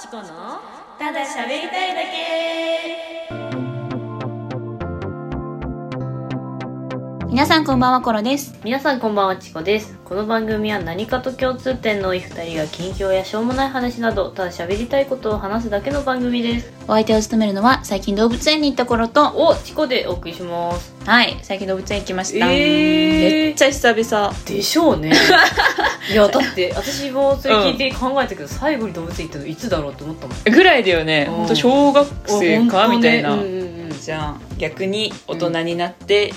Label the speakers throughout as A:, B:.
A: チコのただ喋りたいだけ
B: 皆さんこんばんはコロです
A: 皆さんこんばんはチコですこの番組は何かと共通点の多い二人が近況やしょうもない話などただ喋りたいことを話すだけの番組です
B: お相手を務めるのは最近動物園に行った頃と
A: おチコでお送りします
B: はい最近動物園行きました、
A: えー
B: めっちゃ久々
A: でしょうね いやだって私もそれ聞いて考えたけど、最後に動物園行ったのいつだろうって思ったもん
C: ぐらいだよね
A: うん
C: ほんと小学生かみたいな、
A: 本当ねうんうんうん
C: じゃあ逆に大人になって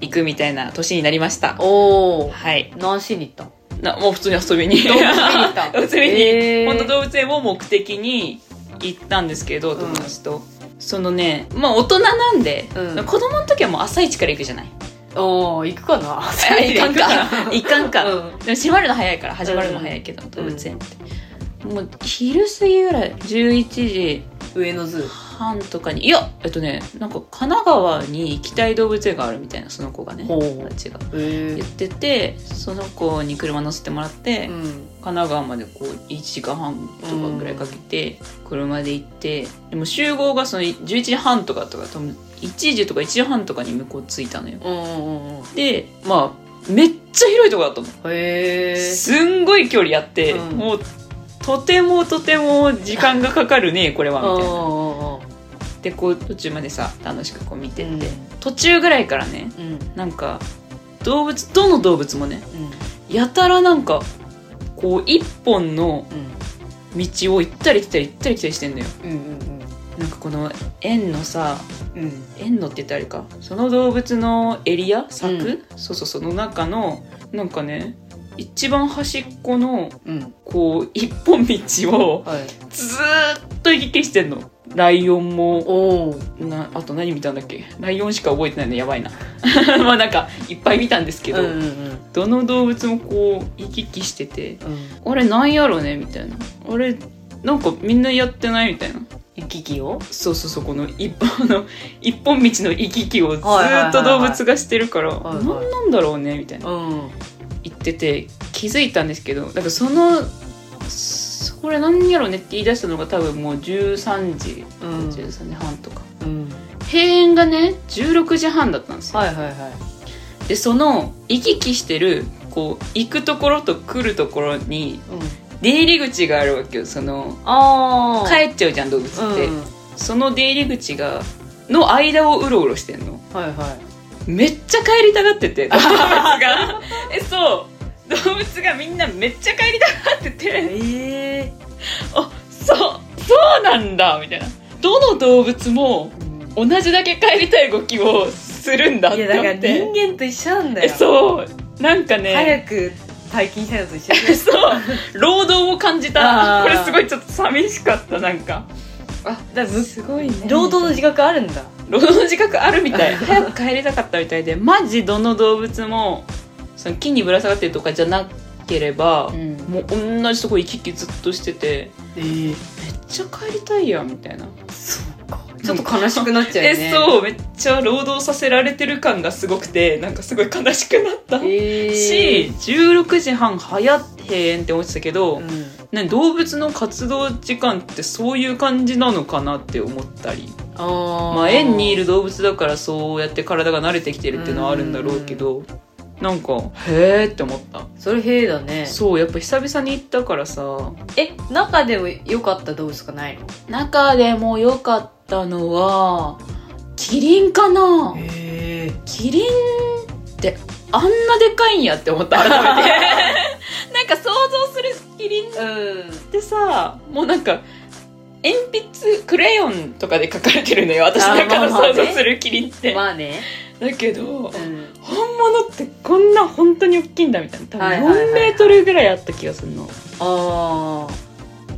C: 行くみたいな年になりました、
A: おお
C: はい
A: 何しに行ったの
C: なもう普通に遊びに
A: 動物園に行っ た
C: 動物園に、
A: へー
C: 本当動物園を目的に行ったんですけど
A: ん
C: 友達と、そのねまあ大人なんで、
A: うん
C: 子供の時はもう朝一から行くじゃない
A: おー行くか な
C: いかんか 行かんか、
A: うん
C: でも閉まるの早いから始まるの早いけど、動物園ってもう昼過ぎぐらい11時
A: 上野図
C: 半とかにいやえっとねなんか神奈川に行きたい動物園があるみたいなその子がね
A: ほう
C: 友達が
A: へ
C: 言っててその子に車乗せてもらって、
A: え
C: 神
A: ん
C: 奈川までこう1時間半とかぐらいかけて車で行ってでも集合がその11時半とかとか多分1時とか1時半とかに向こう着いたのよ
A: うんうんうんうん
C: でまあめっちゃ広いとこだったの
A: へえ
C: すんごい距離あって、
A: うん
C: もうとてもとても時間がかかるねこれはみたいな。
A: う
C: でこう途中までさ楽しくこう見てって、
A: うん
C: 途中ぐらいからね
A: んうんうん
C: なんか動物どの動物もね
A: うん
C: やたらなんかこう一本の道を行ったり来たり行ったり来たりしてんのよ
A: うんうん
C: なんかこの円のさ
A: うんうん
C: 円のって言ったらあれかその動物のエリア柵、
A: うん
C: そうそうその中のなんかね一番端っこの
A: うん
C: こう一本道を
A: はい
C: ずーっと行き来してんのライオンも
A: おお
C: なあと何見たんだっけライオンしか覚えてないのやばいな まあなんかいっぱい見たんですけど、
A: うんうん
C: どの動物もこう行き来してて
A: うん
C: あれなんやろねみたいなあれなんかみんなやってないみたいな
A: 行き来を
C: そうそうそうこの 一本の一本道の行き来をず
A: はいはいはいは
C: ー
A: い
C: っと動物がしてるから、
A: はいはい
C: なんなんだろうねみたいな
A: うん
C: 言ってて気づいたんですけどだからそのそこれなんやろねって言い出したのが多分もう13時
A: うん
C: 13時半とか
A: うん
C: 閉園がね16時半だったんですよ
A: はいはいはい
C: でその行き来してるこう行くところと来るところに
A: うん
C: 出入り口があるわけよその
A: ああ
C: 帰っちゃうじゃん動物っ
A: うん
C: て、その出入り口がの間をうろうろしてんの
A: はいはい
C: めっちゃ帰りたがってて動物が えそう動物がみんなめっちゃ帰りたがってて
A: ええ
C: あそうそうなんだみたいなどの動物も同じだけ帰りたい動きをするんだっ
A: い
C: て
A: やだ
C: 思
A: から
C: って
A: 人間と一緒なんだ
C: え
A: よ
C: そうなんかね
A: 早く退勤したのと一緒だよ
C: そう労働を感じた
A: あー
C: これすごいちょっと寂しかったなんか
A: だからむ
C: すごいね
A: 労働の自覚あるんだ
C: 労働の自覚あるみたい早く帰りたかったみたいでマジどの動物もその木にぶら下がってるとかじゃなければ、
A: ん
C: もう同じとこ行き来ずっとしてて
A: えー
C: めっちゃ帰りたいやんみたいな、
A: そうかちょっと悲しくなっちゃうよね
C: えそうめっちゃ労働させられてる感がすごくてなんかすごい悲しくなった、
A: えー
C: し16時半早閉園って思ってたけど、
A: うん
C: ね、動物の活動時間ってそういう感じなのかなって思ったり
A: あー
C: まあ園にいる動物だからそうやって体が慣れてきてるっていうのはあるんだろうけどなんかへーって思った
A: それへえだね
C: そうやっぱ久々に行ったからさ
A: え中でも良かった動物がないの
C: 中でも良かったのはキリンかな
A: へえ
C: キリンってあんなでかいんやって思った改 めてなんか想像するキリン
A: うん
C: ってさもうなんか鉛筆クレヨンとかで描かれてるのよ私
A: あー
C: なんかの
A: まあまあ
C: 想
A: ね
C: 像するキリンって、
A: まあね
C: だけど、
A: うん
C: 本物ってこんな本当に大きいんだみたいな多分
A: はいはいはいはい
C: 4メートルぐらいあった気がするの、
A: あ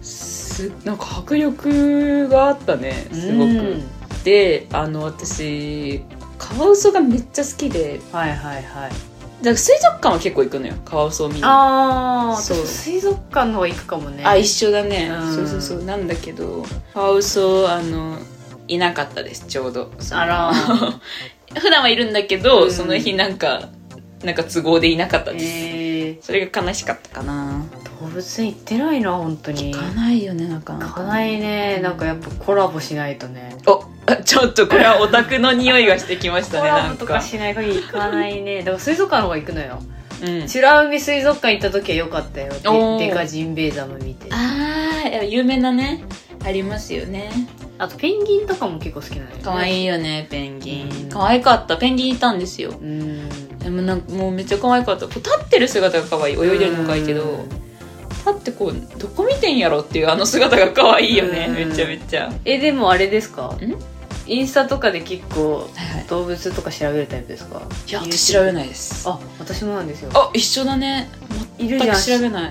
C: すなんか迫力があったね
A: あ
C: すごく、であの私カワウソがめっちゃ好きで
A: はいはいはい
C: だから水族館は結構行くのよカワウソを見にあ
A: ああ
C: そう
A: 水族館の方が行くかもね
C: 一緒だね、
A: うん
C: そうそうそうなんだけどカワウソあのいなかったですちょうどその
A: あらー
C: 普段はいるんだけど、
A: うん
C: その日なんかなんか都合でいなかったです、
A: ええ
C: それが悲しかったかな
A: 動物園行ってないな本当に
C: 行かないよねなかな
A: 行
C: か
A: かないねなんかやっぱコラボしないとね
C: お ちょっとこれはオタクの匂いがしてきまし
A: コ
C: たねな
A: ラボ
C: ん
A: と
C: か
A: かしない限り行かないねだから水族館の方が行くのよ
C: うん
A: 美ら海水族館行った時は良かったよ
C: おー
A: でデカジンベエザム見て
C: ああ有名なねありますよね
A: あとペンギンとかも結構好きなのよね
C: 可愛いよねペンギ
A: うん
C: ン可愛かったペンギンいたんですよ
A: うん
C: でもなんかもうめっちゃ可愛かったこう立ってる姿が可愛い泳いでるの可愛いけ
A: う
C: ど
A: ん
C: 立ってこうどこ見てんやろっていうあの姿が可愛いよね
A: うん
C: めちゃめちゃ
A: えでもあれですか
C: ん
A: インスタとかで結構
C: はい
A: 動物とか調べるタイプですか
C: いや私調べないです
A: あ私もなんですよ
C: あ一緒だね
A: いる
C: 全
A: じゃ
C: く
A: ん
C: 調べない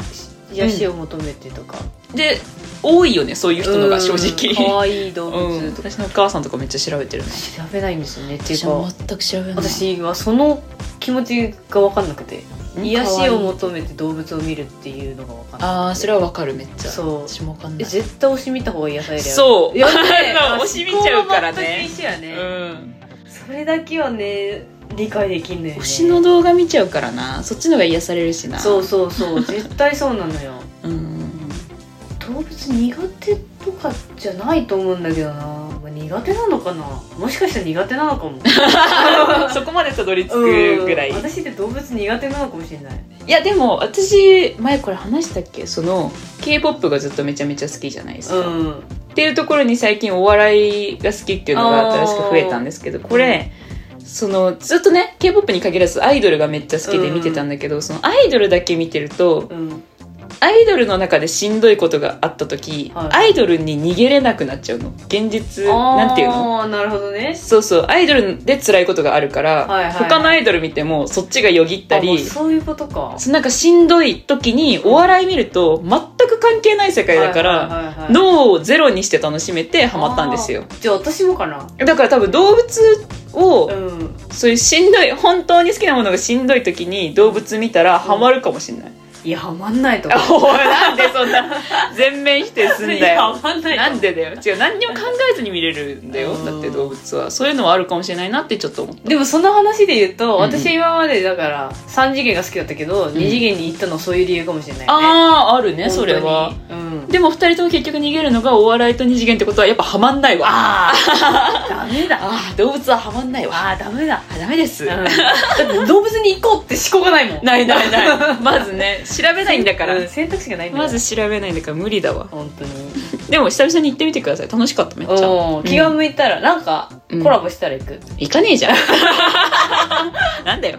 A: 癒しを求めてとか
C: で多いよねそういう人のが正直
A: 可愛い動
C: う
A: 物
C: ん
A: とか
C: 私のお母さんとかめっちゃ調べてるね
A: 調べないんですよねっていう
C: 私
A: か
C: は全く調べない
A: 私はその気持ちが分かんなくて
C: うん
A: 癒
C: 可愛
A: し
C: い
A: を求めて動物を見るっていうのが分かんない
C: ああそれはわかるめっちゃ
A: そう
C: 私もわかんな
A: え
C: い
A: 絶対推し見た方が癒されるやろ
C: そう
A: いや
C: あの推し見ちゃうからね
A: 思考が全く一緒や
C: う
A: ね、
C: ん
A: それだけはね理解できんのよ、ね、
C: 推しの動画見ちゃうからなそっちのが癒されるしな
A: そうそうそう絶対そうなのよ
C: うんうん
A: 動物苦手とかじゃないと思うんだけどな、まあ苦手なのかなもしかしたら苦手なのか も
C: うん そこまでたどり着くぐらい
A: うん私って動物苦手なのかもしれない
C: いやでも私前これ話したっけその k p o p がずっとめちゃめちゃ好きじゃないです
A: う
C: か、っ
A: ん
C: ていうところに最近お笑いが好きっていうのが新しく増えたんですけどこれ、そのずっとね k p o p に限らずアイドルがめっちゃ好きで見てたんだけど、そのアイドルだけ見てると
A: うん
C: アイドルの中でしんどいことがあった時、
A: はい
C: アイドルに逃げれなくなっちゃうの現実なんていうの
A: あーなるほどね
C: そうそうアイドルで辛いことがあるから、
A: はいはい
C: 他のアイドル見てもそっちがよぎった
A: あもう
C: り
A: そういうことか
C: そうなんかしんどい時にお笑い見ると全く関係ない世界だから
A: はいはいはいはい
C: 脳をゼロにして楽しめてハマったんですよ
A: じゃあ私もかな
C: だから多分動物
A: う
C: を
A: ん
C: そういうしんどい本当に好きなものがしんどい時に動物見たらハマるかもしれない、
A: いやハマんないと思 う
C: おいなんでそんな全面否定すん
A: い
C: だ
A: や
C: よ
A: ハマんないと
C: な
A: 思うん
C: でだよ違う何にも考えずに見れるんだよ
A: うん
C: だって動物はそういうのはあるかもしれないなってちょっと思っ
A: でもその話で言うと、
C: うん
A: 私は今までだから3次元が好きだったけど、二2次元に行ったのはそういう理由かもしれない、ね、
C: たあああるね
A: 本当に
C: それは
A: うん
C: でも二人とも結局逃げるのがお笑いと二次元ってことはやっぱハマんないわ
A: ああ ダメだ
C: ああ動物はハマんないわ
A: ああダメだ、
C: あダメです、
A: うん、だって動物に行こうって思考がないもん
C: ないない ないまずね調べないんだから、
A: うん選択肢がないんだか
C: ま
A: ら
C: ず調べないんだから無理だわ
A: 本当に
C: でも久々に行ってみてください楽しかっためっちゃ
A: おー気が向いたら、なんか
C: うん
A: コラボしたら行く、
C: 行かねえ じゃんなんだよ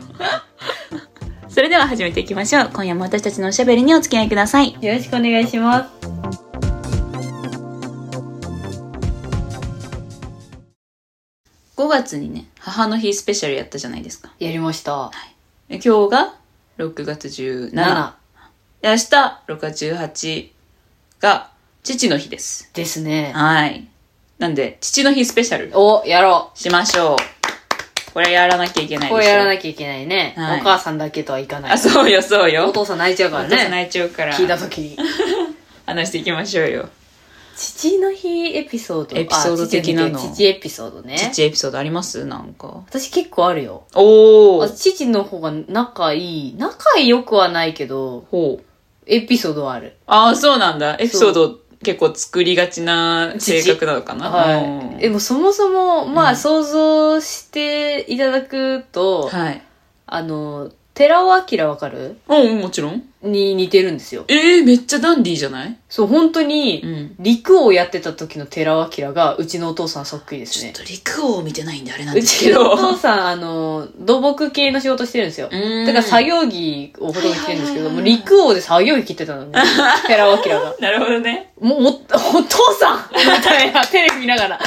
C: それでは始めていきましょう今夜も私たちのおしゃべりにお付き合いください
A: よろしくお願いします
C: 5月にね母の日スペシャルやったじゃないですか
A: やりました
C: え今日が6月17
A: 七
C: で明日6月18が父の日です
A: ですね
C: はい。なんで、父の日スペシャル
A: おやろ
C: しましょう。これやらなきゃいけない
A: う
C: でしょ。
A: こうやらなきゃいけないね、
C: はい
A: お母さんだけとはいかない
C: あ、そうよ、そうよ。
A: お父さん泣いちゃうから
C: お父さん
A: ね
C: 泣いちゃう から。
A: 聞いた時に
C: 話していきましょうよ。
A: 父の日エピソード
C: エピソード的なの
A: あ父父エピソードね
C: 父エピソードありますなんか。
A: 私結構あるよ
C: お
A: あ
C: ー。
A: 父の方が仲いい仲良くはないけど
C: ほう。
A: エピソードはある
C: あー、そうなんだ。エピソード結構作りがちな性格なのかな。
A: は
C: うん
A: いでもそもそもま
C: う
A: あ
C: ん
A: 想像していただくと、
C: はい。
A: あの寺尾明わかる
C: うんうん、もちろん。
A: に似てるんですよ
C: えー、めっちゃダンディーじゃない
A: そう本当に、
C: うん。
A: 陸をやってた時の寺尾明がうちのお父さんそっくりです
C: ちょっ
A: ね
C: と陸王を見てないんであれなん
A: う
C: ですけ
A: ちの
C: ど。
A: お 父さんあの土木系の仕事してるんですよ
C: うん
A: だから作業着を施してるんです
C: はいはいは
A: けど、
C: いはい
A: もう陸王で作業着着てたの ね。寺尾明が。
C: なるほどね。
A: もう、お、お父さん みたいな、テレビ見ながら。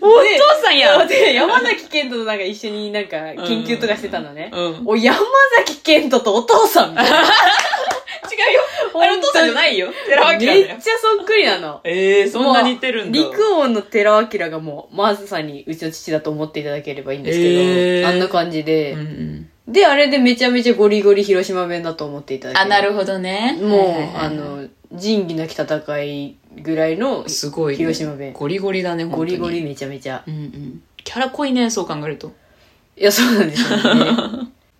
C: お父さんやん
A: で、山崎賢人となんか一緒になんか研究とかしてたのね。
C: うん。
A: お、山崎賢人とお父さんみたいな。
C: 違うよ。 あれお父さんじゃないよ。寺脇だ
A: めっち
C: よ
A: ゃ。そっくりなの。
C: ええー、そんな似てるんだ。
A: もう陸王の寺尾明がもう、まさにうちの父だと思っていただければいいんですけど、
C: へー
A: あんな感じ
C: う
A: で、
C: んうん。
A: で、あれでめちゃめちゃゴリゴリ広島弁だと思っていただけ
C: あ、
A: れば
C: なるほどね。
A: もう、
C: はいはいはい
A: あ、の、仁義なき戦いぐらいの
C: すごい、ね。
A: 広島弁。
C: ゴリゴリだね、
A: ゴリゴリ
C: 本
A: めちゃめちゃ。
C: 当に。うんうん。キャラ濃いね、そう考えると。
A: いや、そうなんですよね。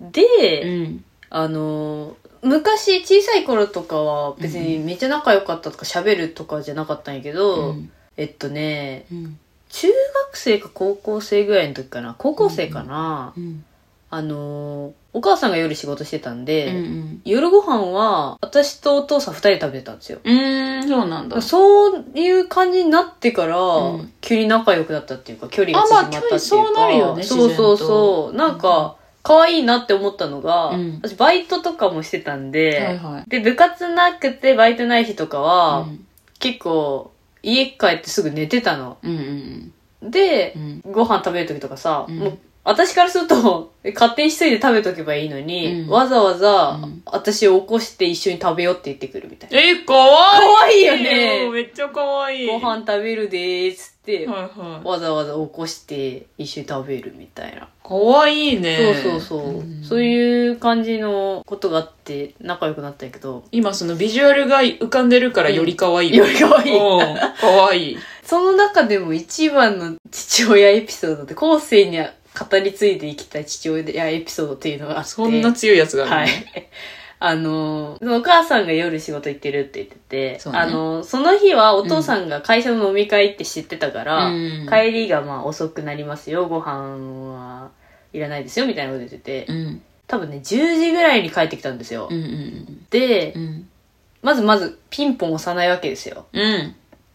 A: で、
C: ん。
A: あのー、昔小さい頃とかは別にめっちゃ仲良かったとか喋るとかじゃなかったんやけど、
C: うん
A: えっとね
C: うん
A: 中学生か高校生ぐらいの時かな高校生かな、
C: うん
A: あのーお母さんが夜仕事してたん
C: う
A: で、
C: ん
A: 夜ご飯は私とお父さん二人で食べてたんですよ
C: うんそうなんだ
A: そういう感じになってから、
C: うん
A: 急に仲良くなったっていうか距離が
C: あまあ
A: 縮まったっていうか、
C: 距離そうなるよね
A: そうそ
C: 自
A: う
C: 然と
A: そうなんか可愛いなって思ったのが、
C: うん
A: 私バイトとかもしてたんで、
C: はいはい
A: で部活なくてバイトない日とかは、
C: うん
A: 結構家帰ってすぐ寝てたの
C: うんうん
A: で
C: う、ん
A: ご飯食べる時とかさ、
C: うん
A: もう私からすると 勝手に一人で食べとけばいいのに、
C: うん
A: わざわざ、
C: うん
A: 私を起こして一緒に食べようって言ってくるみたいな
C: え、かわいい
A: 可愛いよね
C: めっちゃかわいい。
A: ご飯食べるでーすって、
C: はいは
A: わざわざ起こして一緒に食べるみたいな、
C: い。かわいいね。
A: そうそうそう、
C: ん
A: そういう感じのことがあって仲良くなったんやけど
C: 今そのビジュアルが浮かんでるからよりかわいい。
A: より可愛
C: う
A: い
C: んかわいい。
A: その中でも一番の父親エピソードで後世には語り継いでいきたい父親エピソードっていうのがあって
C: そんな強いやつがあ
A: は
C: る
A: い
C: ね。。
A: あのー、そのお母さんが夜仕事行ってるって言ってて、
C: そうね
A: あのー、その日はお父さんが会社の飲み会って知ってたから、
C: うん
A: 帰りがまあ遅くなりますよ、ご飯はいらないですよ、みたいなこと言ってて、
C: うん。
A: 多分ね、10時ぐらいに帰ってきたんですよ。
C: うんうん
A: で
C: う、ん。
A: まずまずピンポン押さないわけですよ。
C: うん。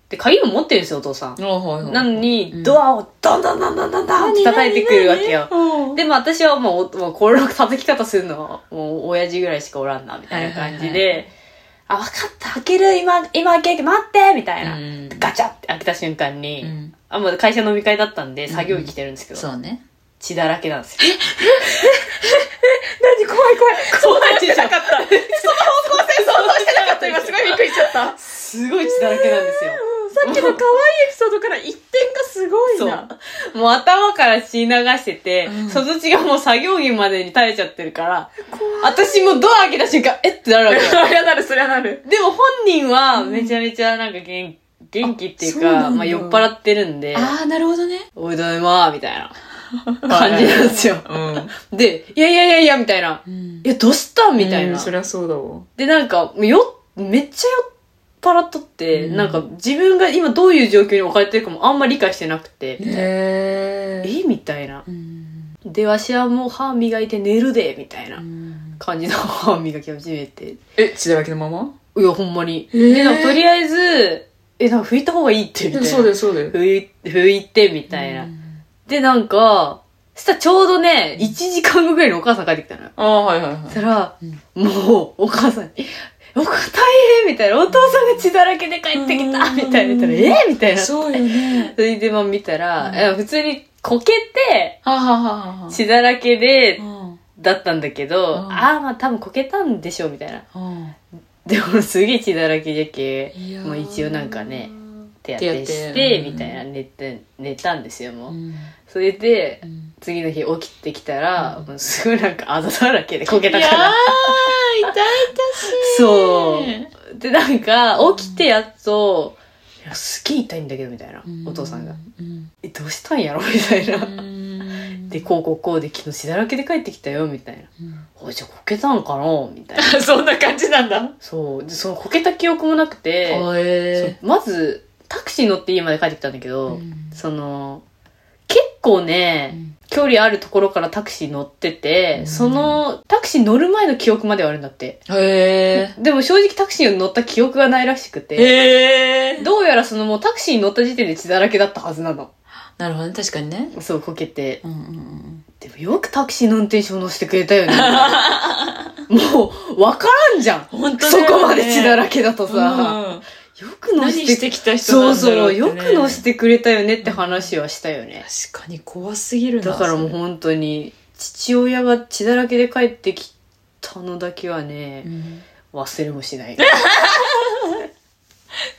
A: で、鍵も持ってるんですよ、お父さん。
C: あはいはい。
A: なの
C: う
A: に、
C: ん
A: ドアをダンダンダンダンダンダンって叩いてくるわけよ。
C: うん
A: で、まあ私はもう、もうこの叩き方するのは、もう親父ぐらいしかおらんな、みたいな感じで、
C: はいは
A: あ、わかった、開ける、今、今開ける、待ってみたいな。
C: うん
A: ガチャって開けた瞬間に、
C: うん
A: あ、もう会社飲み会だったんで、作業着着てるんですけど、
C: そうね。
A: 血だらけなんですよ。
C: 何怖い怖い。
A: 怖いでしょ。
C: 高校生想像してなかった。今すごいびっくりしちゃった。
A: すごい血だらけなんですよ。
C: さっきの可愛いエピソードから一点がすごい
A: そ
C: な。
A: う。もう頭から血流してて、
C: うん
A: その血がもう作業着までに垂れちゃってるから、私もドア開けた瞬間、えってなるわけ よ。
C: そりゃなる、そりゃなる。
A: でも本人はめちゃめちゃなんか元,、元気っていう
C: あそう
A: か
C: なんだ
A: まあ、酔っ払ってるんで
C: ああ、なるほどね。
A: 「おいだいま」みたいな感じなんですよ。
C: うん。
A: で「いやいやいやいや」みたいな
C: うん
A: 「いやどうしたん?」みたい
C: うん
A: な。
C: そりゃそうだわ。
A: でなんかよめっちゃ酔っ払っとって、
C: うん
A: なんか自分が今どういう状況に置かれてるかもあんま理解してなくて、
C: へえ。
A: えみたいな。
C: うん。
A: でわしはもう歯磨いて寝るでみたいな
C: うん
A: 感じの歯磨き始めて。
C: え、血だらけのまま
A: いやほんまに。
C: えー
A: でなんかとりあえずえなんか拭いた方がいいってみたいな。
C: そうだよ、そうだよ。み
A: 拭い拭いてみたいな。。で、なんか、そしたらちょうどね、1時間後ぐらいにお母さん帰ってきたのよ。
C: ああ、はいはいは
A: そ
C: い
A: したら、
C: うん
A: もう、お母さんに、お母大変みたいな、お父さんが血だらけで帰ってきた
C: うん
A: みたいな言ったら、えーみたいな。そ
C: そうよね。
A: れでまあ見たら、
C: うん
A: いや普通にこけて、
C: はあはあはあはあ
A: 血だらけで、
C: うん
A: だったんだけど、
C: うん
A: ああ、まあ多分こけたんでしょう、みたいな。
C: うん
A: でもすげえ血だらけじゃけ、
C: いやー
A: もう一応なんかね、手当
C: 手
A: て
C: 当て
A: して、
C: うん
A: みたいな、寝て、寝たんですよ、もう。
C: うん
A: それで、
C: うん
A: 次の日起きてきたら、
C: うん
A: もうすごいなんかあざだらけでこけた
C: い
A: か
C: やー、痛
A: ら。
C: 々しい。
A: そうう。で、なんか、起きてやっと、いや、すげえ痛いんだけど、みたいな、
C: ん。
A: お父さんが。
C: うん。
A: え、どうしたんやろみたいな。
C: うん
A: で、こうこうこうで昨日血だらけで帰ってきたよ、みたいな。おい、じゃあこけたんかなみたいな。
C: うんそんな感じなんだ。
A: そう。で、そのこけた記憶もなくて、
C: え
A: そうまず、タクシー乗って家まで帰ってきたんだけど、
C: うん
A: その、結構ね、距離あるところからタクシー乗ってて、
C: うん
A: そのタクシー乗る前の記憶まではあるんだって
C: へえ。
A: でも正直タクシーに乗った記憶がないらしくて
C: へえ。
A: どうやらそのもうタクシーに乗った時点で血だらけだったはずなの
C: なるほどね、確かにね。
A: そうこけて
C: うんうんうん。
A: でもよくタクシーの運転手を乗せてくれたよ ねもう分からんじゃん
C: 本
A: そこまで血だらけだとさ、
C: さ、
A: よく乗
C: 何
A: せて
C: してきた人
A: そ
C: な
A: うん
C: だろ
A: そうう
C: ってね
A: よく乗せてくれたよねって話はしたよね、
C: 確かに怖すぎるな
A: だからもう
C: それ
A: 本当に父親が血だらけで帰ってきたのだけはね、
C: うん
A: 忘れも しない。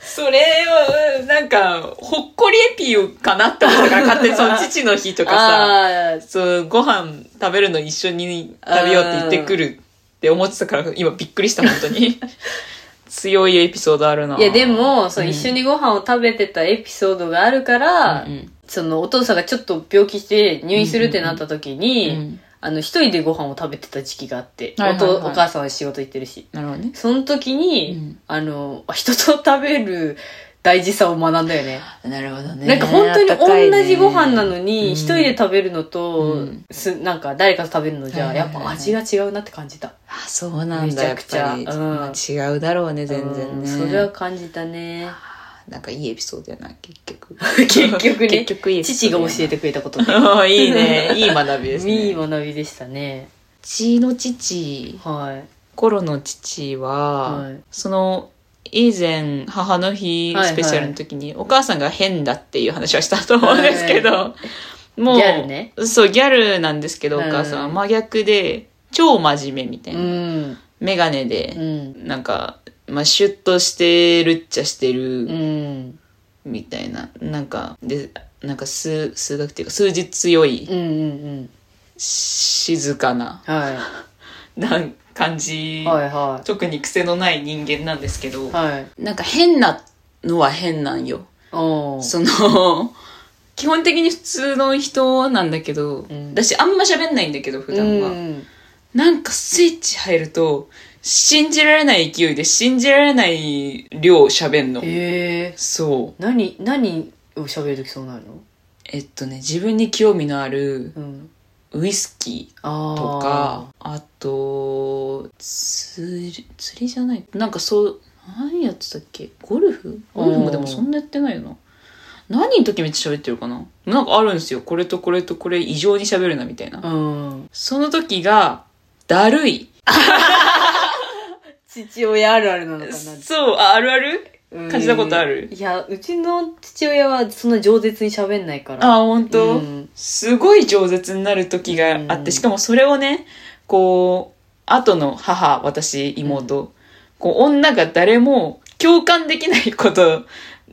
C: それはうんなんかほっこりエピかなって思ったから勝手にその父の日とかさ
A: あ
C: そうご飯食べるの一緒に食べようって言ってくるって思ってたから今びっくりした本当 に強いエピソードあるな
A: あ。いやでも、その
C: うん
A: 一緒にご飯を食べてたエピソードがあるか
C: う
A: ら、
C: ん
A: そのお父さんがちょっと病気して入院するってなった時に、
C: うん
A: あの、一人でご飯を食べてた時期があって、
C: はいはいはい
A: おとお母さんは仕事行ってるし。
C: なるほどね。
A: その時に、
C: うん
A: あの、人と食べる大事さを学んだよね。
C: なるほどね
A: なんか本当に同じご飯なの
C: うん
A: に、一人で食べるのと、
C: うん
A: すなんか誰かと食べるのじ
C: は
A: ゃ、
C: いはい
A: や
C: は
A: っ
C: い
A: ぱ味が違うなって感じた。
C: あそうなん
A: め
C: だ
A: ち
C: や
A: ゃ
C: っ
A: くちゃ
C: ぱり、まあ違うだろうね全然
A: うん
C: ね
A: それは感じたね。
C: なんかいいエピソードやな結局
A: 結局ね
C: 結局いいエピソ
A: 父
C: ード
A: が
C: や
A: 教
C: な
A: えてくれたこと で。
C: ああいいねいい学びです
A: いい
C: ね
A: 学びでしたね。
C: 父の父
A: はい。
C: 頃の父は、
A: はい
C: その以前母の日スペシャルの時に、お母さんが変だっていう話はしたと思うんですけど、
A: は
C: もう
A: ギャルね
C: そうギャルなんですけどお
A: はい
C: 母さんは真逆で超真面目みたいうな、
A: ん。
C: メガネで
A: う、ん。
C: なんか、まあ、シュッとしてるっちゃして
A: う
C: る
A: ん。
C: みたいな、なんかでなんか数数学っていうか数字強い、
A: うんうん
C: 静かな
A: うん。は
C: な感じ、
A: い。はいは
C: 特に癖のない人間なんですけど、
A: い。はい。
C: なんか変なのは変なんよ。
A: おー
C: その、 基本的に普通の人なんだけど、
A: ん
C: だしあんま喋んないんだけど、普段は。
A: うん
C: なんかスイッチ入ると、信じられない勢いで信じられない量喋んの。
A: ええ。
C: そう。
A: 何、何を喋るときそうなるの
C: えっとね、自分に興味のある
A: うん。
C: ウイスキー
A: あー
C: とか、あと、釣り、釣りじゃない。なんかそう、何やってたっけゴルフゴルフもでもそんなやってないよな。何の時めっちゃ喋ってるかななんかあるんですよ。これとこれとこれ異常に喋るなみたいな。
A: うん。
C: その時が、だるい。
A: 父親あるあるなのかな
C: そう、ああるある
A: う ん
C: 感じたことある
A: いや、うちの父親はそんな饒舌に喋んないから。
C: あ、本当、
A: うん
C: すごい饒舌になる時があっ
A: うん
C: て、しかもそれをね、こう、後の母、私、妹、こう、女が誰も共感できないこと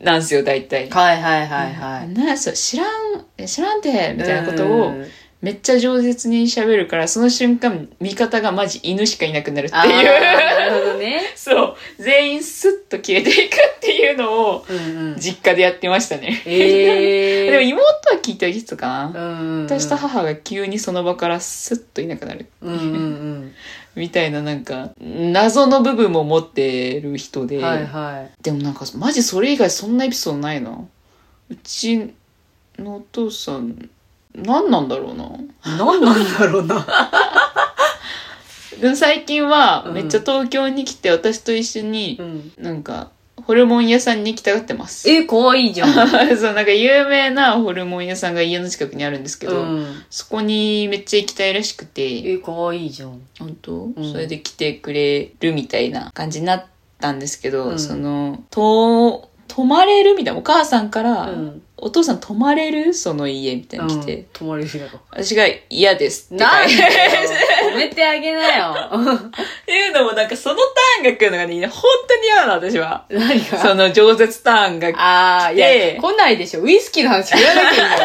C: なんですよ、大体。
A: はいはいはいはい。
C: なんやそう、知らん、え知らんて、みたいなことを、
A: うん
C: めっちゃ饒舌に喋るから、その瞬間、味方がマジ犬しかいなくなるって
A: あー
C: いう。
A: なるほどね。
C: そう、全員スッと消えていくっていうのを、
A: うんうん。
C: 実家でやってましたね。
A: え え
C: でも妹は聞いてる人かな、
A: うん
C: 私と母が急にその場からスッといなくなる
A: うんうん
C: みたいななんか謎の部分も持ってる人
A: う
C: で、
A: ん。はいはい。
C: でもなんかマジそれ以外そんなエピソードないなうちのお父さん何なんだろうな
A: 何なんだろ うな。
C: でも最近は
A: うん
C: めっちゃ東京に来て私と一緒に
A: うん、
C: なんかホルモン屋さんに行きたがってます
A: え、可愛いじゃ ん。
C: そうなんか有名なホルモン屋さんが家の近くにあるんですけ
A: う
C: ど、
A: ん、
C: そこにめっちゃ行きたいらしくて
A: え、可愛いじゃん。
C: 本当、
A: ん
C: それで来てくれるみたいな感じになったんですけど、
A: うん
C: その、と、泊まれるみたいな、お母さんから、
A: うん。
C: お父さん泊まれるその家みたいなの来て、
A: うん、泊まれるやろ。
C: 私が嫌ですって
A: な
C: 返
A: んで
C: し
A: よ
C: て。
A: 止めてあげなよ。
C: っていうのもなんかそのターンが来るのがね、本当に嫌なの私は。
A: 何
C: そ
A: が
C: の饒舌ターン が。
A: ああ、い
C: で
A: や、来ないでしょ。ウイスキーの話やらなきゃいいん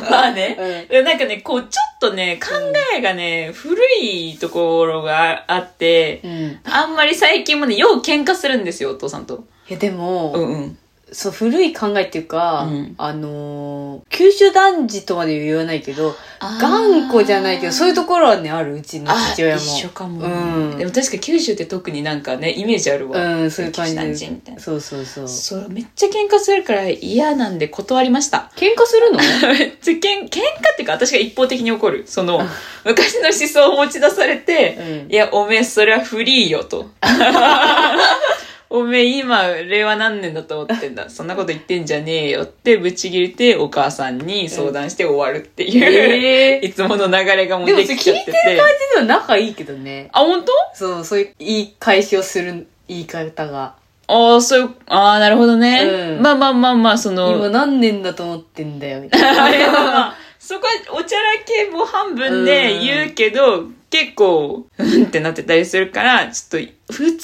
A: だよ。
C: まあね。
A: うん
C: でなんかね、こう、ちょっとね、考えがね、古いところがあって、
A: うん。
C: あんまり最近もね、よう喧嘩するんですよ、お父さんと。
A: えでも、
C: うんうん。
A: そう古い考えっていうか、
C: うん
A: あのー九州男児とまで言わないけど頑固じゃないけどそういうところはねあるうちの
C: あ
A: 父親も
C: 一緒かも、
A: うん
C: でも確か九州って特になんかねイメージあるわ、
A: うんそういう感じ
C: 九州男児みたいな
A: そうそうそう喧
C: そうめっちゃ喧嘩するから嫌なんで断りました
A: 嘩するの
C: めっちゃ喧喧嘩っていうか私が一方的に怒るその昔の思想を持ち出されて、
A: うん
C: いやおめえそれはフリーよ とおめえ今令和何年だと思ってんだそんなこと言ってんじゃねえよってブチ切れてお母さんに相談して終わるっていう、
A: ええ
C: いつもの流れがもう
A: でも
C: で
A: それ
C: き
A: 聞
C: ち
A: い
C: ゃってて
A: る感じでは仲いいけどね
C: あ本当
A: そうそういう言い返しをする言い方が
C: ああ、そういう、ああ、なるほどね。
A: うん
C: まあまあまあまあ、その。
A: 今何年だと思ってんだよみたいな
C: あれはまあそこはおちゃらけも半分で言うけど、結構、うんってなってたりするから、ちょっと、二日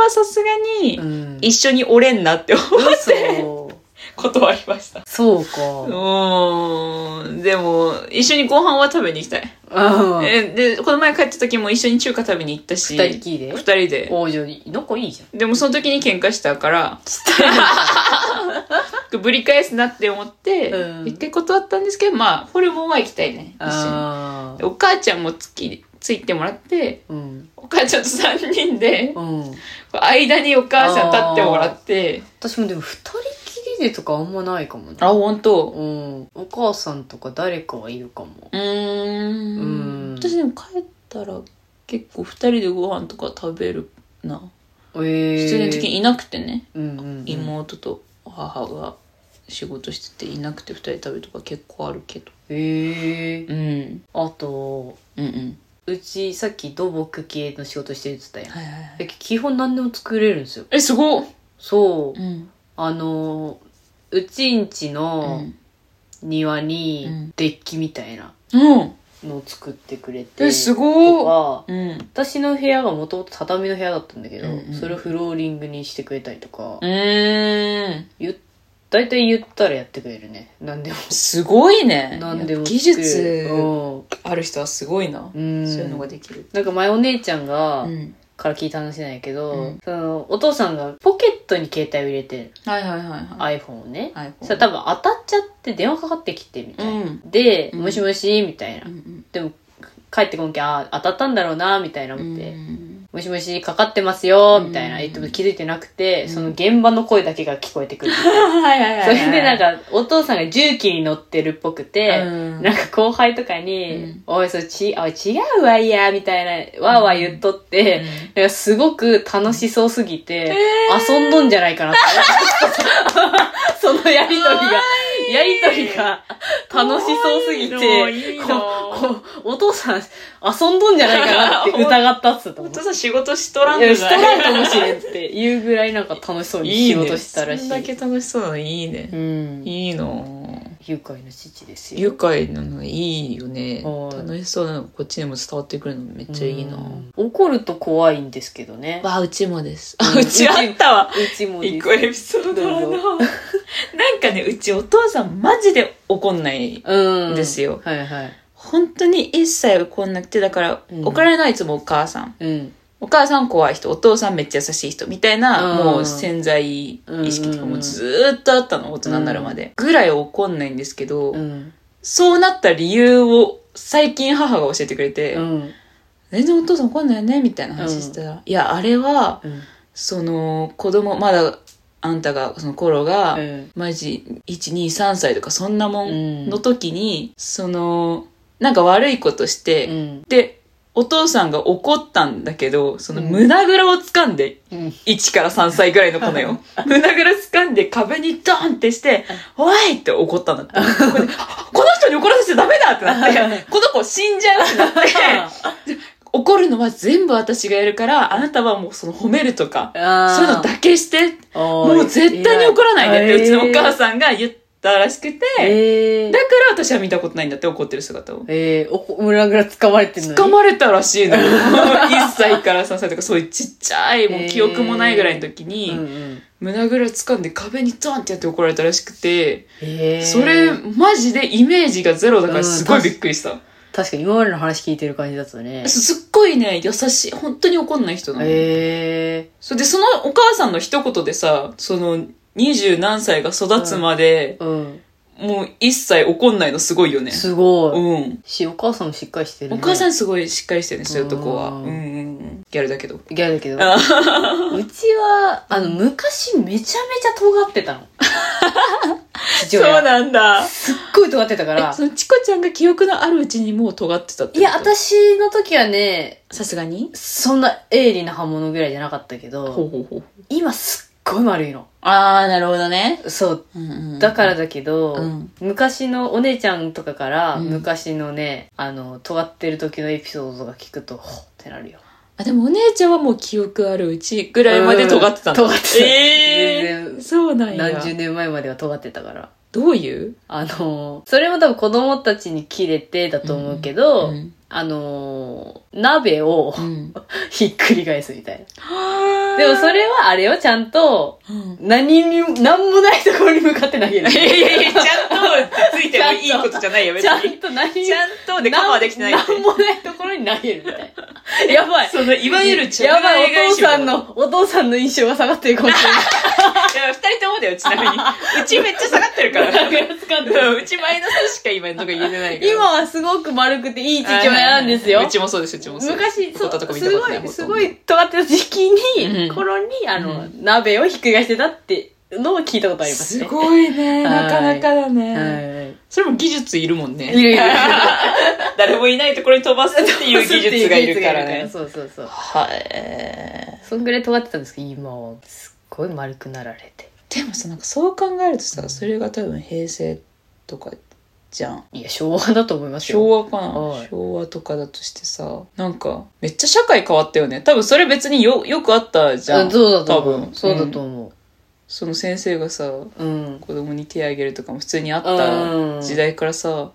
C: はさすがに、
A: うん
C: 一緒におれんなって思って、
A: そう
C: 断りました。
A: そう
C: う
A: か
C: ーん。でも、一緒にご飯は食べに行きたい。
A: うん
C: えで、この前帰った時も一緒に中華食べに行ったし、
A: 二人きりで
C: 二人で。
A: 王女に仲いいじゃん
C: でもその時に喧嘩したから、くぶり返すなって思って、
A: うん
C: 一回断ったんですけど、まあ、ホルモンは行きたいね。一緒に
A: あ
C: でお母ちゃんもつき、ついてもらって、
A: ーうん
C: お母ちゃんと3人で、
A: うん
C: 間にお母さん立ってもらって。
A: 私もでも二人きりでとかあんまないかもね
C: あ、ほんと
A: うんお母さんとか誰かはいるかも
C: うー。
A: うんん
C: 私でも帰ったら結構二人でご飯とか食べるな。
A: ええ
C: 必然的にいなくてね。
A: うんうんうん
C: 妹と母が仕事してていなくて二人で食べるとか結構あるけど。
A: ええ
C: うん。
A: あと
C: うんうん。
A: うちさっき土木系の仕事してるって言ったやん
C: はいはいは
A: え
C: い。
A: 基本何でも作れるんですよ
C: え、すごっ
A: そう
C: うん。
A: あのうちんちの庭
C: う
A: に
C: ん
A: デッキみたいな
C: うん。
A: のを作ってくれて、
C: え、す
A: と
C: ごっ
A: か
C: うん。
A: 私の部屋がもともと畳の部屋だったんだけど、
C: うんうん
A: それをフローリングにしてくれたりとか、
C: うーん。
A: ゆ大体言ったらやってくれるね何でも
C: すごいね。
A: 何でも
C: 技
A: 作れる
C: 術
A: うん
C: ある人はすごいな。
A: うん
C: そういうのができる。
A: なんか前お姉ちゃんが、
C: ん。
A: から聞いた話なんやけど、
C: うん
A: そのお父さんがポケットに携帯を入れてる、
C: はいはいはいはい。
A: iPhone をね、
C: iPhone
A: そしたら多分当たっちゃって電話かかってきてみたいな、
C: ん。
A: で、
C: うん
A: もしもしみたいな、
C: うん
A: でも帰ってこんけんあ当たったんだろうなみたいな
C: う
A: 思って、
C: ん。
A: もしもしかかってますよみたいな言っても気づいてなくて、
C: うん
A: その現場の声だけが聞こえてくるみたいな
C: はいはいはい。
A: それでなん、か、お父さんが重機に乗ってるっぽくて、
C: うん
A: なんか後輩とかに、
C: うん
A: おい、それち、あ、違うわいや、みたいな、わーわー言っとって、なんかすごく楽しそうすぎて、遊んどんじゃないかなって思った。そのやりとりが、やりとりが楽しそうすぎて、
C: いい
A: ここうお父さん遊んどんじゃないかなって疑ったっつと
C: お
A: 思って
C: 父。さん仕事しとらん
A: いや、
C: の
A: しとらんかもしれんっていうぐらいなんか楽しそうに仕事してたらしい。
C: いいねそんだけ楽しそうなのいいね
A: う。ん。
C: いいの
A: 愉快な父ですよ。
C: 愉快なのいいよね。
A: はい
C: 楽しそうなのこっちにも伝わってくるのめっちゃいいな。
A: うん怒ると怖いんですけどね。
C: わあ、うちもです。
A: うん
C: あ、うちあったわ。
A: うちもで
C: 一
A: す
C: 個。エピソードあるな
A: ど
C: なんかね、うちお父さんマジで怒んない。
A: うん。
C: ですよ
A: はいはい。
C: 本当に一切怒んなくて、だから、
A: うん
C: 怒られないいつもお母さん。
A: うん。
C: お母さん怖い人、お父さんめっちゃ優しい人、みたいな、
A: うん
C: もう潜在意識とか
A: うんうんう
C: も
A: ん
C: ずーっとあったの、大人になるまで。ぐらい怒んないんですけど、
A: うん。
C: そうなった理由を最近母が教えてくれて、
A: うん。
C: 全然お父さん怒んないよね、みたいな話したら、いや、あれは、
A: うん。
C: その、子供、まだ、あんたが、その頃が、
A: うん
C: マジ、1、2、3歳とかそんなも
A: うんん。
C: の時に、その、なんか悪いことして、
A: うん。
C: で、お父さんが怒ったんだけど、その
A: うん
C: 胸ぐらを掴んで、
A: うん。
C: 1から3歳ぐらいの子のよ。 胸ぐら掴んで壁にドーンってして、おいって怒ったんだって。これであこの人に怒らせちゃダメだってなって、この子死んじゃうってなって、怒るのは全部私がやるから、あなたはもうその褒めるとか、そういうのだけして、
A: も
C: もう絶対に怒らないねってうちのお母
A: ん。
C: さんが言ったらしくて、
A: えーえー
C: だから私は見たことないんだって怒ってる姿を。
A: えー、おこ、裏ぐらつかまれてるのに。
C: 掴まれたらしいのよ。1歳 から3歳とか、そういうちっちゃい、もう記憶もないぐらいの時に、
A: うんうん。
C: 胸ぐら掴んで壁にドンってやって怒られたらしくて、
A: えー
C: それ、マジでイメージがゼロだからすごいびっくりした。
A: 確かに今までの話聞いてる感じだとね。
C: すすっごいね、優しい、本当に怒んない人なの。
A: え
C: それで、そのお母さんの一言でさ、その、二十何歳が育つまで、
A: ー。うん。
C: もう一切怒んないのすごいよね。
A: すごい。
C: うん。
A: し、お母さんもしっかりしてる
C: お
A: ね。
C: 母さ
A: ん
C: んすごいしっかりしてるね、そういうとこは。
A: う
C: うん
A: ん
C: うんうん。ギャルだけど。
A: ギャルだけど。うちは、あの、昔めちゃめちゃ尖って たの。父
C: そう
A: 親。すっ
C: なんだ。
A: ごい尖ってたから
C: え。そのチコちゃんが記憶のあるうちにもう尖ってたってこと
A: いや、私の時はね、
C: さすがに
A: そんな鋭利な刃物ぐらいじゃなかった
C: ほ
A: け
C: う
A: ど、
C: ほうほう
A: 今すっごい丸いの。
C: ああなるほどね、
A: そう。
C: うんうん、
A: だからだけど、
C: うん
A: 昔のお姉ちゃんとかから、
C: うん
A: 昔のね、あの、尖ってる時のエピソードが聞くと、ほっってなるよ。
C: あでもお姉ちゃんはもう記憶あるうちぐらいまで尖ってたの、
A: うん尖ってた
C: えー
A: 全然
C: そうなんや
A: 何十年前までは尖ってたから。
C: どういう
A: あの、それも多分子供たちに切れてだと思うけど、
C: うん
A: あの、鍋を
C: うん、
A: ひっくり返すみたい
C: はー
A: な。でもそれはあれをちゃんと、
C: うん
A: 何にも、何もないところに向かって投げる。
C: いやいやいやちゃんとついてもいいことじゃないよ別
A: ちゃん
C: に
A: と何
C: ちゃんとでカバーできてない
A: な
C: っ
A: ん
C: て
A: なんもないところに投げるみたいな。 やばい。
C: その、いわゆるちゃ
A: やばい、お父さん
C: い
A: の、お父さんの印象が下がってるかもしれない。
C: や、二人ともだよ、ちなみに。う ちめっちゃ下がってるから。うんうちマイナスしか 今のとか言えてないから。
A: 今はすごく丸くていい父親なんですよ
C: う。ちもそうです、うちもそうです。
A: 昔、そう、
C: 弟とか見た
A: す
C: こと
A: ご
C: ない
A: い、すご。い尖ってた時期に、
C: うん
A: 頃に、あの、
C: う
A: 鍋をひっくり返してたってのを聞いたことあります
C: す
A: ね。
C: ごいね、
A: はい
C: なかなかだね。
A: はい。
C: それも技術いるもんね。
A: いるいる
C: 誰もいないところに飛ばすっていう技術がいるから
A: 技
C: ね。
A: 術がいるからそう そうそう。
C: はい。
A: そんぐらい尖ってたんですけど、今はすっごい丸くなられて。
C: でもさ、なんかそう考えるとさ、それが多分平成とかじゃん。
A: いや、昭和だと思いますよ。
C: 昭和かな、
A: はい
C: 昭和とかだとしてさ、なんか、めっちゃ社会変わったよね。多分それ別によ、よくあったじゃ。
A: うんんそうだと思う。
C: 多分
A: そうだと思
C: その先生がさ、
A: う。うん。
C: 子供に手あげるとかも普通にあっ
A: うん
C: た時代からさ、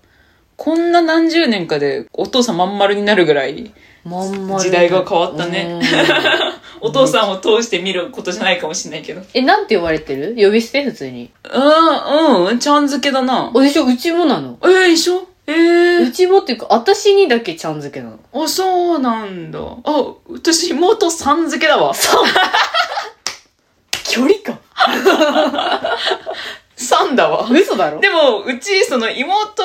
C: こんな何十年かでお父さんまん丸になるぐらい、
A: まんまる
C: 時代が変わったね。
A: うん
C: お父さんを通して見ることじゃないかもしれないけど。う
A: え、なんて呼ばれてる呼び捨て普通に。
C: ん、うん、ちゃん付けだな。
A: あ、でしょうちもなの。
C: えー、一緒えー
A: うちもっていうか、私にだけちゃん付けなの。
C: あ、そうなんだ。あ、私妹さん付けだわ。
A: 距離感
C: さんだわ。
A: 嘘だろ
C: でも、うち、その妹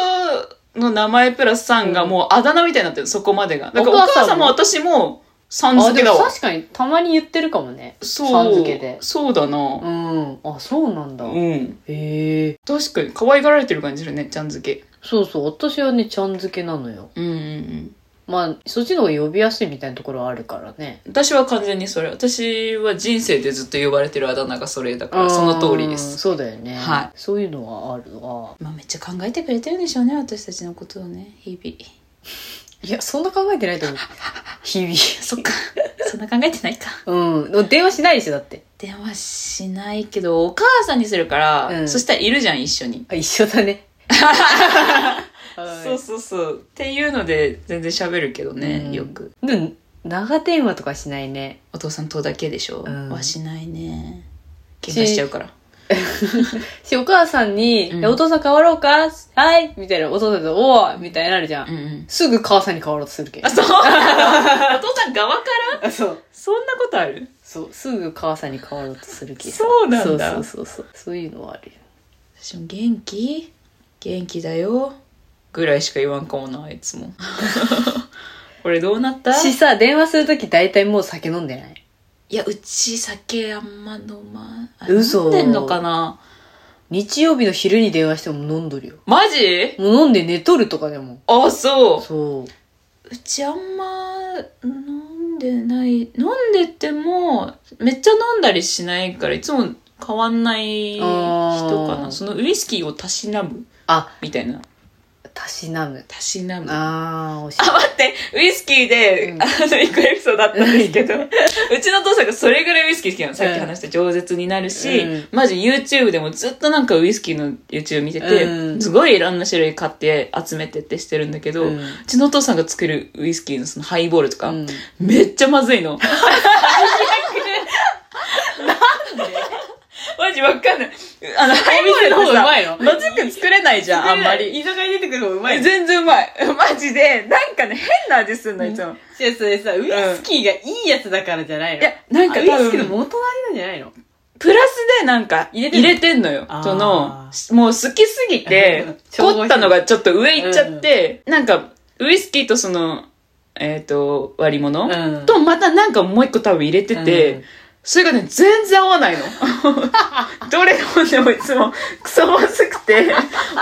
C: の名前プラスさんがもうあだ名みたいになってる、そこまでが。だからお
A: お母さ
C: 母さ
A: んも
C: んも私もさん
A: あ、
C: 付
A: で
C: けだ
A: も
C: わ。
A: 確かにたまに言ってるかもね。
C: そう。
A: さん付けで
C: そうだ
A: う
C: な。
A: ん。あ、そうなんだ。
C: う
A: へ
C: ん。
A: え。
C: 確かに、可愛がられてる感じするね、ちゃん付け。
A: そうそう、私はね、ちゃん付けなのよ。
C: うんうんうん。
A: まあ、そっちの方が呼びやすいみたいなところはあるからね。
C: 私は完全にそれ。私は人生でずっと呼ばれてるあだ名がそれだから、その通りで
A: うん
C: す。
A: そうだよね。
C: はい。
A: そういうのはあるわ。
C: まあめっちゃ考えてくれてるんでしょうね、私たちのことをね、日々。
A: いや、そんな考えてないと思う。 日々。
C: そっか。そんな考えてないか。
A: うん。でも電話しないでしょ、だって。
C: 電話しないけど、お母さんにするから、
A: うん
C: そしたらいるじゃん、一緒に。
A: あ、一緒だ ね。
C: そうそうそう。っていうので、全然喋るけどね、
A: うん
C: よく。
A: でも長電話とかしないね。
C: お父さんとだけでしょ、
A: うん
C: はしないね。喧嘩しちゃうから。
A: し、お母さんに、
C: うん
A: いやお父さん変わろうかはいみたいな、お父さんと、おーみたいになるじゃん。
C: うんうん。
A: すぐ母さんに変わろうとするけん
C: あ、。 そうなのお父さん側から
A: あ、そう。
C: そんなことある
A: そう、すぐ母さんに変わろうとするけん。
C: そうなんだ
A: そうそうそうそう。そういうのはあるよ。
C: 私も元気元気だよ。ぐらいしか言わんかもな、あいつも。 これどうなった
A: し
C: い
A: さ、電話するとき大体もう酒飲んでない
C: や、うち酒あんま飲まあ
A: 嘘
C: 飲んでんのかな
A: 日曜日の昼に電話しても飲んどるよ。
C: マジ
A: もう飲んで寝とるとかでも。
C: あ、そう。
A: そう。
C: うちあんま飲んでない飲んでてもめっちゃ飲んだりしないからいつも変わんない人か
A: あー
C: なそのウイスキーをたしなむ
A: あ、
C: みたいな
A: たしなむ。
C: たしなむあ
A: あー、惜しい。
C: 待ってウイスキーで、
A: うん
C: あの一個エピソードだったんですけど うちのお父さんがそれぐらいウイスキー好きなのさっき話した饒舌になるし、
A: うん
C: マジ YouTube でもずっとなんかウイスキーの YouTube 見てて、
A: うん
C: すごいいろんな種類買って集めてってしてるんだけど、う
A: うん
C: ちのお父さんが作るウイスキーのそのハイボールとか、
A: うん
C: めっちゃまずいの。最悪 なんでマジわかんない。あの、ハイボールの方が
A: お店の方がうま
C: まずく作れないじゃん、あんまり。
A: 居酒屋に出てくるのうまいの
C: 全然うまい。 マジで、なんかね、変な味すんの、いつも。
A: 違う、それさ、ウイスキーがいいやつだからじゃないの、
C: いや、なんか
A: あウ
C: 多
A: イスキーの
C: 分、
A: 元割りなんじゃないの
C: プラスでなんか入
A: れてんの
C: れてんのよ
A: あ。ー、
C: その、もう好きすぎて
A: 調合して
C: 凝ったのがちょっと上行っちゃって、なんか、ウイスキーとその、えっ、と、割り物、
A: うん
C: と、またなんかもう一個多分入れてて、
A: うん
C: それがね、全然合わ ないの。どれ飲んでもいつもクソまずく て、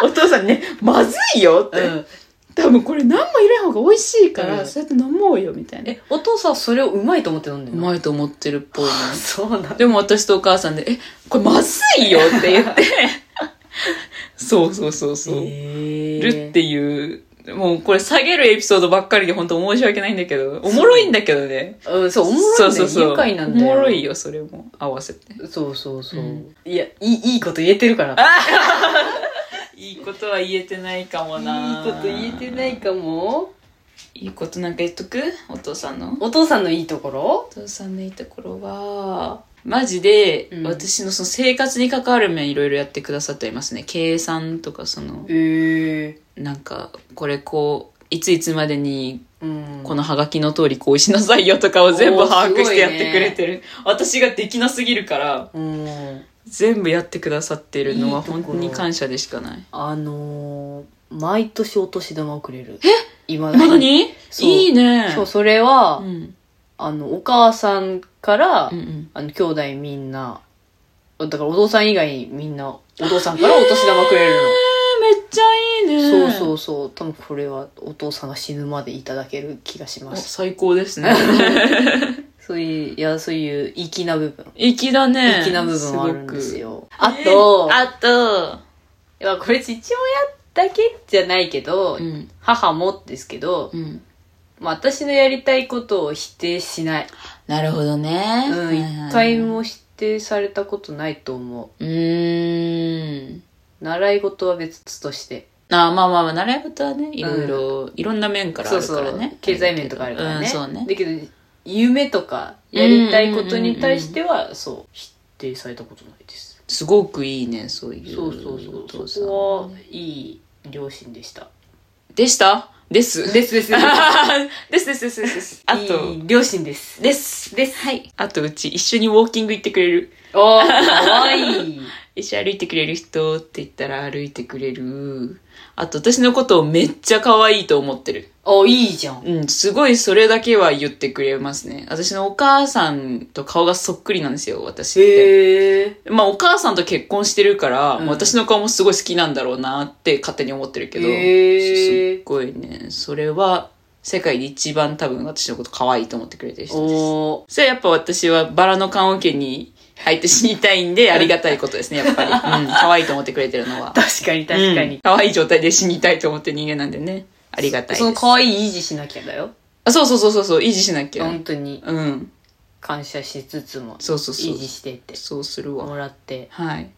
C: お父さんにね、まずいよって。
A: うん。
C: 多分これ何も入れん方が美味しいから、
A: うん
C: そうやって飲もうよ、みたいな。
A: え、お父さんはそれをうまいと思って飲んで
C: う
A: るの
C: まいと思ってるっぽいね。
A: そうなんだ。
C: でも私とお母さんで、え、これまずいよって言 って、そうそうそうそう。
A: え
C: るっていう、もうこれ下げるエピソードばっかりで本当申し訳ないんだけど、おもろいんだけどね。
A: うん、そう、おもろい、ね。
C: そうそうそう。
A: 愉快なんだよ。
C: おもろい。よ、それも。合わせて。
A: そうそうそう。
C: うん
A: いや、いい、いいこと言えてるから。
C: いいことは言えてないかも
A: いいこと言えて
C: い。
A: ないかも。
C: いいことなんか言っとくお父さんの。お
A: お父さんのいいところ
C: 父さんのいいところは、マジで、
A: うん
C: 私のその生活に関わる面いろいろやってくださっていますね。計算とかその、
A: ええ
C: なんか、これこう、いついつまでに
A: うん
C: このハガキの通りこうしなさいよとかを全
A: お
C: 部
A: ー
C: 把握し
A: すご
C: て
A: いね
C: やってくれてる、私ができなすぎるから
A: うん
C: 全部やってくださってるのはい
A: いとこ
C: 本
A: ろ
C: 当に感謝でしかない
A: あのー毎年お年玉をくれる今
C: まだに
A: そう
C: いいね
A: そうそれは、
C: うん
A: あのお母さんから、
C: うんうん
A: あの兄弟みんなだからお父さん以外みんなお父さんからお年玉くれるの、
C: えーめっちゃいいね
A: そうそううそう多分これはお父さんが死ぬまでいただける気がします
C: 最高です ね
A: そういういやそういう粋な部分
C: 粋だね
A: 粋な部分はあるんですよ
C: ご
A: あ
C: く
A: と、
C: あと
A: いやこれ父親だけじゃないけど、
C: うん
A: 母もですけど、
C: うん
A: まあ、私のやりたいことを否定しない
C: なるほどね
A: うん、一回も否定されたことないと思
C: うーん
A: う。習い事は別として。
C: あまあまあまあ習い事はねいろいろ、いろんな面からあ
A: そう
C: るか
A: そ
C: ら
A: う
C: ね。
A: 経済面とかあるからね。
C: うん、そうね
A: だけど、夢とか、やりたいことに対しては、そう、否定されたことないです。
C: すごくいいねそういう
A: そうそうそ
C: お
A: う。
C: 父さん
A: そこは、いい両親でした。
C: でした です
A: です ですです。
C: ですですですですあと
A: いい両親です。
C: ですですはいあとうち一緒にウォーキング行ってくれる
A: おー、かわいい。
C: 一緒に歩いてくれる人って言ったら歩いてくれるあと私のことをめっちゃ可愛いと思ってる
A: お、いいじゃん。
C: うんすごいそれだけは言ってくれますね私のお母さんと顔がそっくりなんですよ私って
A: へえ。
C: まあお母さんと結婚してるから、
A: うん
C: 私の顔もすごい好きなんだろうなって勝手に思ってるけど、
A: へー
C: すっごいね、それは世界で一番多分私のこと可愛いと思ってくれてる人です。
A: おー。
C: それはやっぱ私はバラの棺桶に入って死にたいんでありがたいことですね、やっぱり。うん、可愛いと思ってくれてるのは。
A: 確かに確か
C: うん
A: に。
C: 可愛い状態で死にたいと思ってる人間なんでね。ありがたいです。
A: その可愛い維持しなきゃだよ。
C: あそうそうそうそうそう、維持しなきゃ。
A: 本当に
C: うん。
A: 感謝しつつも、
C: そうそうそ
A: 維持
C: う。
A: してって
C: そうするわ。
A: もらって
C: はい。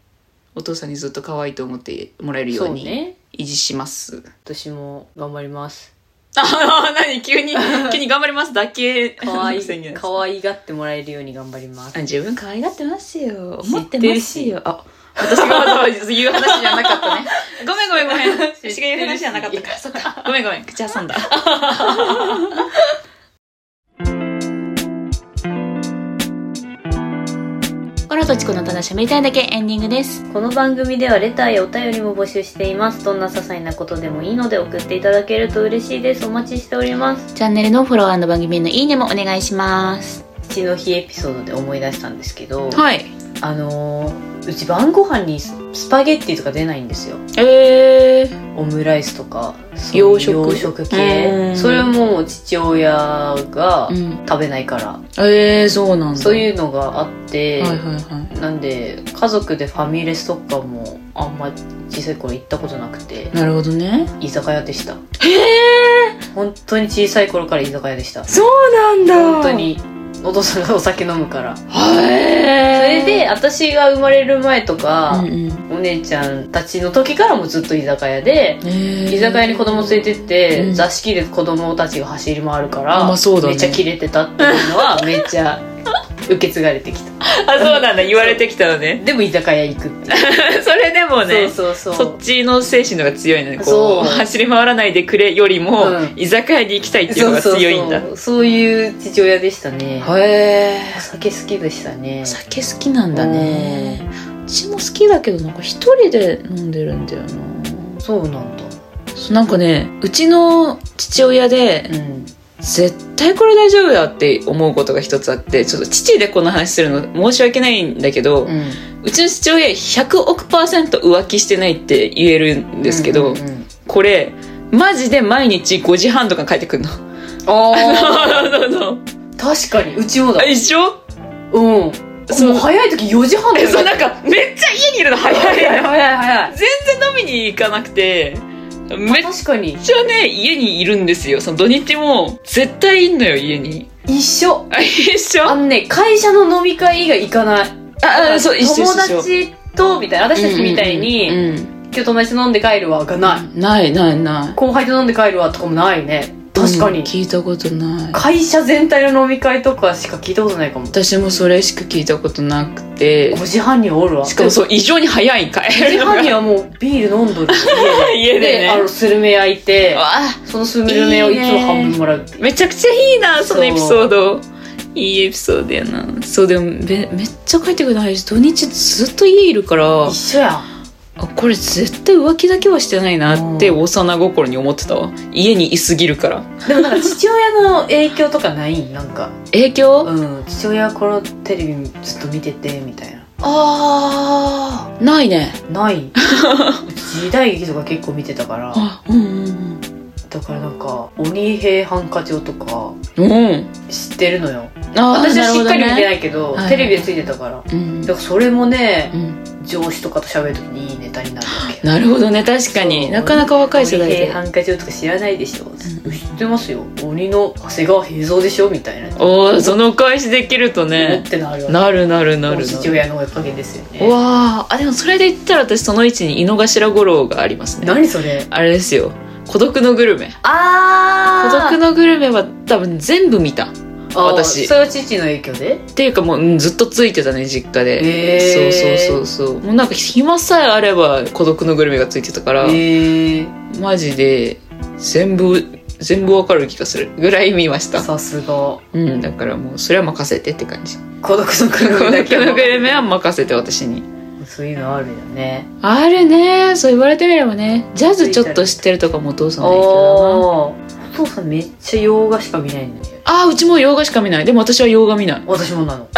C: お父さんにずっと可愛いと思ってもらえるよ
A: そうう
C: に。
A: ね
C: 維持します。
A: 私も頑張り ます
C: ああ、何急 に、急に頑張りますだけ。
A: 可愛
C: 宣言
A: い可愛がってもらえるように頑張ります
C: あ自分可愛がってますよ。
A: 知
C: 思っ
A: って
C: て
A: る
C: ます
A: し
C: よ。あ、私がわざわざ言う話じゃなかったね。 ごめんごめんご めん。
A: 知ってる
C: 私
A: し
C: が言う話じゃなかったから。そっか。ごめんごめん。口挟 んだ。
D: コロとチコのただ喋りたいだけエンディングです。
E: この番組ではレターやお便りも募集していますどんな些細なことでもいいので送っていただけると嬉しいですお待ちしております
D: チャンネルのフォロー番組へのいいねもお願いします。
A: 父の日エピソードで思い出したんですけど、
C: はい。
A: あのーうち晩ご飯にススパゲッティとか出ないんですよ
C: えー。
A: オムライスとかそういう
C: 洋食
A: 洋食
C: う
A: 系
C: ん
A: それはもう父親が
C: うん。
A: 食べないから、
C: えー、そうなんだ。。
A: そういううのがあって、
C: はいはいはい。
A: なんで家族でファミレスとかもあんま小さい頃行ったことなくて
C: なるほどね。
A: 居酒屋でした
C: へえ
A: 本当に小さい頃から居酒屋でした
C: ー、そうなんだ。
A: 本当。にお父さんがお酒飲むからそ
C: はい。
A: れで私が生まれる前とか
C: う、んうん。
A: お姉ちゃんたちの時からもずっと居酒屋で
C: えー
A: 居酒屋に子供連れてって、
C: うん
A: 座敷で子供たちが走り回るから、
C: あまあそうだね
A: めっちゃキレてたっていう のはめっちゃ受け継がれてきた
C: あ、そうなんだ。言われてきたのね。
A: でも居酒屋行くってい
C: それでもね。
A: うそうそうそ
C: そっ
A: う
C: ちの精神の方が強いのね
A: そ
C: こ
A: う
C: う走り回らないでくれよりも、
A: うん
C: 居酒屋に行きたいっていうのが強いんだ
A: そうそうそうそういう父親でした
C: へ
A: ね
C: え
A: お酒好きでしたね
C: 酒好きなんだねうちも好きだけどなんか一人で飲んでるんだよな
A: そうなんだ
C: そうなんかねうちの父親で
A: うん
C: 絶対これ大丈夫だって思うことが一つあってちょっと父でこの話するの申し訳ないんだけど、う
A: うん
C: ちの父親100億パーセント浮気してないって言えるんですけど、
A: うんうんうん
C: これマジで毎日5時半とかに帰ってくるの
A: あ
C: そうそう
A: ー確かにうちもだ
C: あ一緒
A: うんも
C: そう
A: う早い時4時半だ
C: え
A: よ
C: そうなんかめっちゃ家にいるの早い
A: 早い早い早い
C: 全然飲みに行かなくてめっ
A: 確かに
C: ちゃね家にいるんですよその土日も絶対いんのよ家に
A: 一緒
C: あ一緒
A: あ
C: あ
A: のね会社の飲み会以外行かない
C: あそう一緒一
A: 友
C: 緒一緒
A: 達とみたいな私たちみたいに、
C: うん
A: 今日友達と飲んで帰るわがない
C: ないないな
A: 後輩と飲んで帰るわとかもないね
C: い
A: 確かに
C: うん聞いたことない
A: 会社全体の飲み会とかしか聞いたことないかも
C: 私もそれしか聞いたことなくて
A: 5時半にはおるわ
C: しかもそう異常に早い帰
A: 5時
C: るのが
A: 半にはもうビール飲んどる
C: 家で
A: 家で
C: ね
A: あのスルメ焼いて
C: わ
A: そのスルメをいつも半分もらうっていう
C: めちゃくちゃいいなそ
A: そう
C: のエピソードいいエピソードやなそうでもめめっちゃ帰ってくるの早いし土日ずっと家いるから
A: 一緒や
C: あこれ絶対浮気だけはしてないなって
A: うん
C: 幼心に思ってたわ家にいすぎるから
A: でもなんか父親の影響とかないんなんか
C: 影響、
A: うん父親はこのテレビずっと見ててみたいな
C: あーないね
A: ない 時代劇とか結構見てたから
C: あうんうん
A: だからなんか鬼平犯科帳とか
C: うんうん
A: 知ってるのよ
C: あー
A: 私はしっかり見て
C: い、
A: ないけど
C: はい
A: テレビでついてたから
C: うん
A: だからそれもね
C: うん、
A: 上司とかと喋るときにいいネタになるわけ
C: なるほどね 確か
A: そ
C: に
A: う
C: なかなか若い世代
A: 鬼平
C: で
A: 犯科帳とか知らないでしょ、
C: ん
A: 知ってますよ鬼の長谷川平蔵でしょみたいな
C: おーそのお返しできると
A: 思っ
C: ね
A: てなるよね
C: なるなるなるなる
A: 父親のおかげですよ
C: う
A: ね
C: わーあでもそれで言ったら私その位置に井の頭五郎がありますね
A: 何それ
C: あれですよ孤独のグルメ孤
A: あ
C: 独のグルメは多分全部見たっ
A: あ
C: 私
A: それは父の影響で
C: ていうかもううんずっとついてたね実家で、
A: へー
C: そうそうそうそうもうなんか暇さえあれば孤独のグルメがついてたから、
A: へえ
C: マジで全部全部わかる気がするぐらい見ました
A: さすが
C: うんだからもうそれは任せてって感じ
A: 孤独の
C: 孤
A: グルメ だけ
C: 独のグ
A: ど
C: ルメは任せて私に
A: そういうのあるよね
C: あるねそう言われてみればねジャズちょっと知ってるとかもお父さんの影響だな
A: お父さんめっちゃ洋画しか見ないんだよ
C: あーうちも洋画しか見ないでも私は洋画見ない
A: 私もなの
C: こ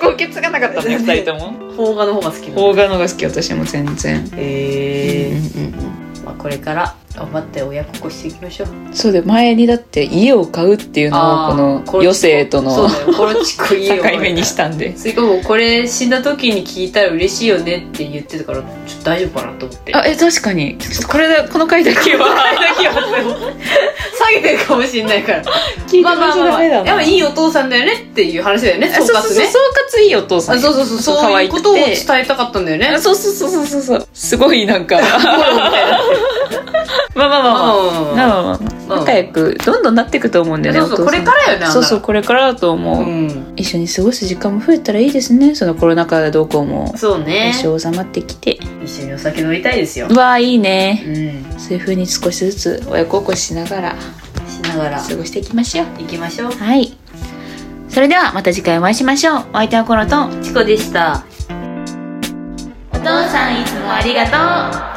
C: こ受け継がなかった
A: のね二人
C: とも
A: 邦画の方が好きなの
C: 邦画のが好き私も全然
A: え
C: う
A: え
C: んうんうん
A: まあ、これから頑張って親孝行していきましょう
C: そうで前にだって家を買うっていうのをこの余生と
A: そう
C: の
A: だよコロチコいい
C: 境
A: よ
C: 目にしたんで
A: それかもうこれ死んだ時に聞いたら嬉しいよねって言ってたからちょっと大丈夫かなと思って
C: あえ確かにちょっとこれだこの回だけは
A: 下げてるかもしれないから
C: 聞いて
A: まあ
C: も
A: まあま
C: ダ
A: あ
C: メだ
A: で
C: な
A: もいいお父さんだよねっていう話だよね
C: あ
A: 総
C: そうそう
A: 括
C: そう
A: ね
C: 総括いいお父さん
A: あそうそうそう
C: そう
A: そういうことを
C: 可愛
A: 伝
C: くて
A: えたかったんだよね
C: あそうそうそうそうそうそうすごいなんかまあまあまあまあまあ
A: う
C: まあまあ仲良くどんどんなっていくと思うんだ
A: ん
C: よね
A: そうそう
C: お父さ
A: こ
C: ん
A: れからよねあんなの
C: そうそうこれからだと思う、
A: うん
C: 一緒に過ごす時間も増えたらいいですねそのコロナ禍でどうこうも
A: そうね
C: 多少収まってきて、
A: 一緒にお酒飲みたいですよ
C: うわあいいね
A: うん
C: そういう風に少しずつ親孝行しながら
A: しながら
C: 過ごしていきましょう
A: 行きましょう
C: はいそれではまた次回お会いしましょうお相手はコロと
A: チコでした
F: お父さんいつもありがとう